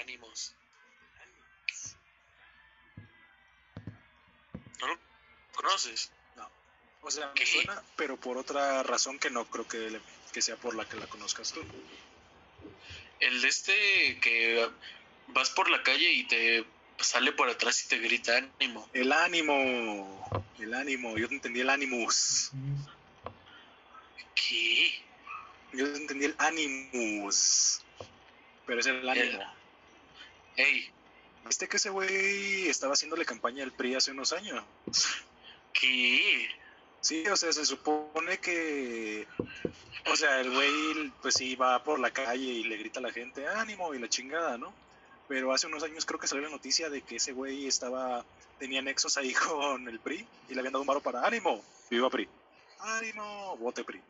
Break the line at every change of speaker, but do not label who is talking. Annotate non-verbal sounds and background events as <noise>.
ánimos. ¿No lo conoces?
O sea,
¿Qué?
me suena, pero por otra razón que no creo que, le- que sea por la que la conozcas tú.
El de este que vas por la calle y te sale por atrás y te grita ánimo.
El ánimo. El ánimo. Yo te entendí el animus.
¿Qué?
Yo te entendí el animus. Pero es el ánimo.
Ey,
¿Viste que ese güey estaba haciéndole campaña al PRI hace unos años?
¿qué?
Sí, o sea, se supone que. O sea, el güey, pues sí, va por la calle y le grita a la gente, ánimo y la chingada, ¿no? Pero hace unos años creo que salió la noticia de que ese güey estaba. tenía nexos <laughs> ahí con el PRI y le habían dado un varo para ánimo, viva PRI. Ánimo, vote PRI.